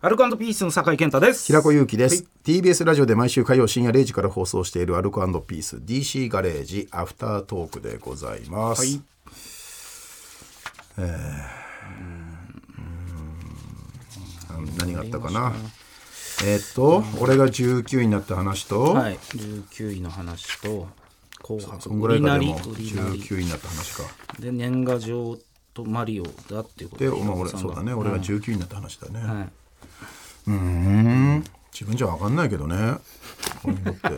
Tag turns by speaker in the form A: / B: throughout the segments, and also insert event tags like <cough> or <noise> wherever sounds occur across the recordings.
A: アルコピースの酒井健太です
B: 平子祐希です、TBS ラジオで毎週火曜深夜0時から放送しているアルコピース DC ガレージアフタートークでございます、
A: はい
B: うん何があったかなえーっと俺が19位になった話と、
A: はい19位の話と後半
B: そんぐらいかでも
A: 売りなり売りな
B: 19位になった話か
A: りで年賀状とマリオだっていうこと
B: で、まあ、
A: 平
B: 俺
A: 子さん
B: そう
A: が
B: だね俺が19位になった話だね、
A: はい、
B: うん自分じゃ分かんないけどねこれにとって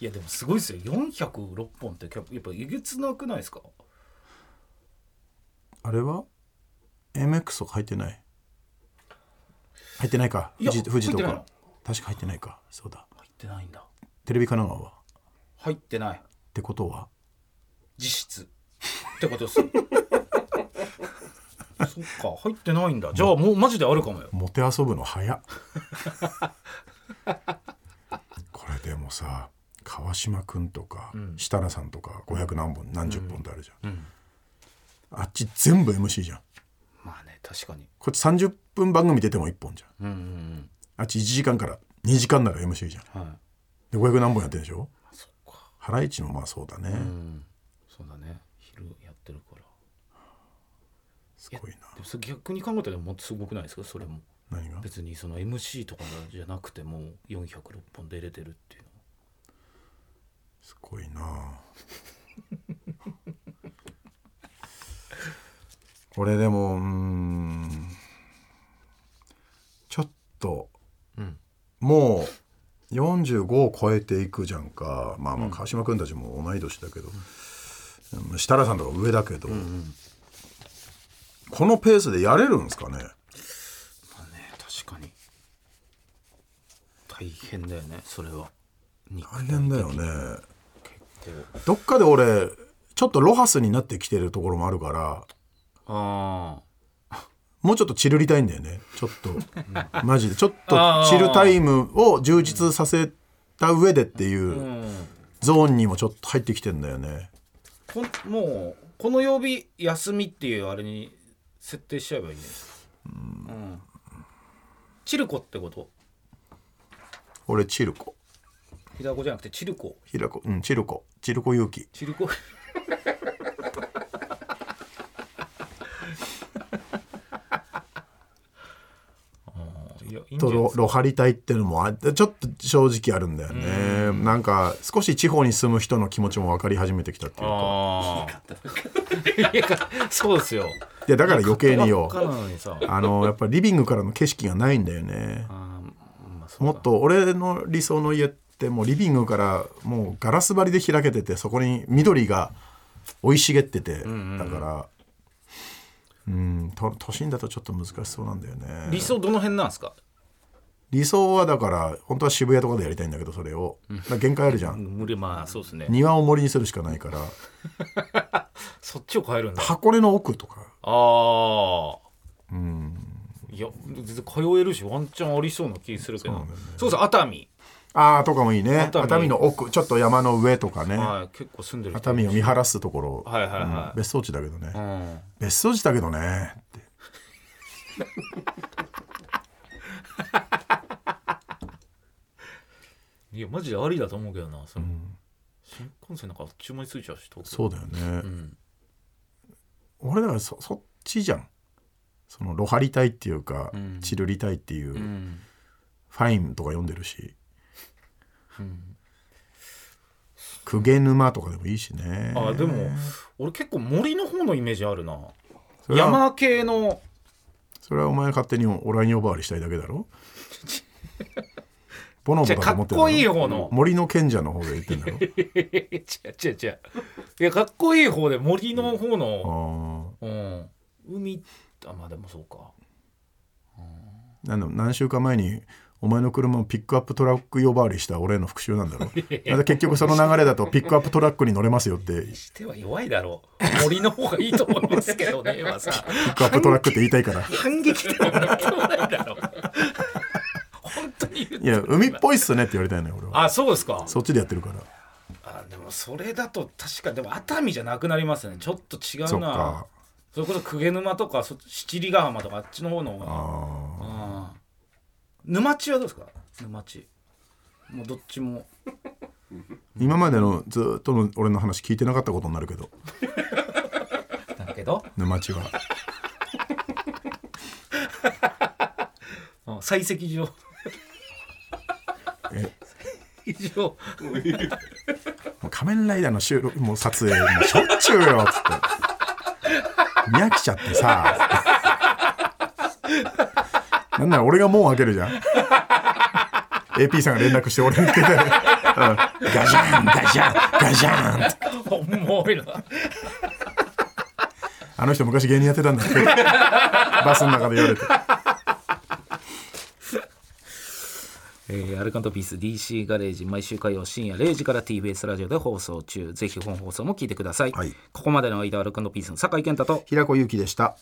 A: いやでもすごいですよ406本ってやっぱやっぱえげつなくないですか
B: あれは MX とか入ってない入ってないか
A: いや
B: 富士富士
A: 入
B: と
A: ってない
B: か確か入ってないかそうだ
A: 入ってないんだ
B: テレビ神奈川はっ
A: 入ってない
B: てことは
A: 実質ってこと <laughs> ですよそっか入ってないんだじゃあもうマジであるかもよ
B: モテ遊ぶの
A: <laughs>
B: 早っこれでもさ川島君とか、設楽さんとか500何本何十本ってあるじゃん、あっち全部 MC じゃん
A: まあね確かに
B: こっち30分番組出ても1本じゃん
A: うんうん
B: あっち1時間から2時間なら MC じゃん
A: うんはい
B: で500何本やってるでしょ
A: そっか
B: ハライチもまあそうだね、
A: うんそうだね昼やってるから
B: すごいな
A: でもそれ逆に考えたらもっとすごくないですかそれも
B: 何が
A: 別にその MC とかじゃなくても406本出れてるっていうのは
B: すごいなこれでもうーんちょっと、
A: うん
B: もう45を超えていくじゃんかまあまあ川島君たちも同い年だけど、うん設楽さんとか上だけど、このペースでやれるんですかね
A: まあね確かに大変だよねそれは肉
B: 大変だよね
A: 体を
B: どっかで俺ちょっとロハスになってきてるところもあるから
A: ああ
B: もうちょっとチルりたいんだよねちょっとマジでちょっとチルタイムを充実させた上でっていう
A: うん
B: ゾーンにもちょっと入ってきてんだよね
A: こもうこの曜日休みっていうあれに設定しちゃえばいいんですか、うんチルコってこと
B: 俺チルコ
A: ひだこじゃなくてチルコ
B: ひらこうんチルコチルコ勇気
A: チル
B: <laughs>
A: コあーいやいいんじゃ
B: と
A: ないで
B: ロ
A: すか
B: ロハリたいっていうのもあってちょっと正直あるんだよねなんか少し地方に住む人の気持ちも分かり始めてきたっていうか
A: あーいやそうですよ
B: いやだから余計によ
A: 真っ赤なのにさ
B: あのやっぱりリビングからの景色がないんだよね
A: あー、まあ、そう
B: も
A: か
B: っと俺の理想の家ってもうリビングからもうガラス張りで開けててそこに緑が生い茂ってて、だからうんと都心だとちょっと難しそうなんだよね
A: 理想どの辺なんですか
B: 理想はだから本当は渋谷とかでやりたいんだけどそれをだから限界あるじゃん
A: 無理まあそうですね
B: 庭を森にするしかないから
A: そっちを変えるんだ
B: 箱根の奥とか
A: ああ
B: うん
A: いや全然通えるしワンチャンありそうな気するけどそうそう熱海、
B: ああとかもいいね熱
A: 熱
B: 海
A: 海
B: の奥ちょっと山の上とかね、
A: はい結構住んでる人
B: 熱海を見晴らすところ、
A: はいはい
B: うん
A: はい
B: 別荘地だけどね、
A: うん
B: 別荘地だけどねって
A: いやマジでありだと思うけどなその、新幹線なんかあっちゅう間に着いちゃうし東京
B: そうだよね、
A: ん
B: 俺だからそそっちじゃんそのロハリたいっていうか、
A: ん
B: チルリたいっていう、
A: うん、
B: ファインとか読んでるし
A: うん、
B: 公家沼とかでもいいしね
A: あでも俺結構森の方のイメージあるな
B: それは
A: 山系 <laughs> の
B: それはお前勝手にオラに呼ばわりしたいだけだろボノ
A: <laughs>
B: ボ
A: じ
B: だ
A: ゃ
B: と
A: か
B: 思っ
A: って
B: るだ
A: こ
B: ろ
A: いい方の
B: 森の賢者の方で言ってん
A: <laughs>
B: だろ
A: 違う違う違ういやかっこいい方で森の方の、
B: あ
A: うん、海あまあでもそうか
B: ーなんだろう何週間前にお前の車をピックアップトラック呼ばわりした俺への復讐なんだろなんで結局その流れだとピックアップトラックに乗れますよって
A: しては弱いだろう森の方がいいと思いますけど <laughs> ね今さ
B: ピックアップトラックって言いたいから
A: 反撃でもなんでもないだろう <laughs> 本当に言っ
B: いや海っぽいっすねって言われたいのよ俺は
A: あそうですか
B: そっちでやってるから
A: あでもそれだと確かでも熱海じゃなくなりますねちょっと違
B: そう
A: な
B: っか
A: それこそ鵠沼とかそ七里ヶ浜とかあっちの方の方が
B: あ
A: ああ沼地はどうですか沼地もうどっちも
B: ー今までのずっとの俺の話聞いてなかったことになるけど
A: だけど
B: 沼地は
A: うん採石場
B: え
A: 以上
B: もう仮面ライダーの収録もう撮影もうしょっちゅうよっつって飽きちゃってさなんなら俺が門開けるじゃん AP さんが連絡して俺に言ってて、うんガジャンガジャンガジャンって
A: おもろいな
B: あの人昔芸人やってたんだけどバスの中で言われて
A: えーアルカントピース DC ガレージ毎週火曜深夜0時から TBS ラジオで放送中ぜひ本放送も聞いてください、
B: はい
A: ここまでの間アルカントピースの酒井健太と
B: 平子祐希でした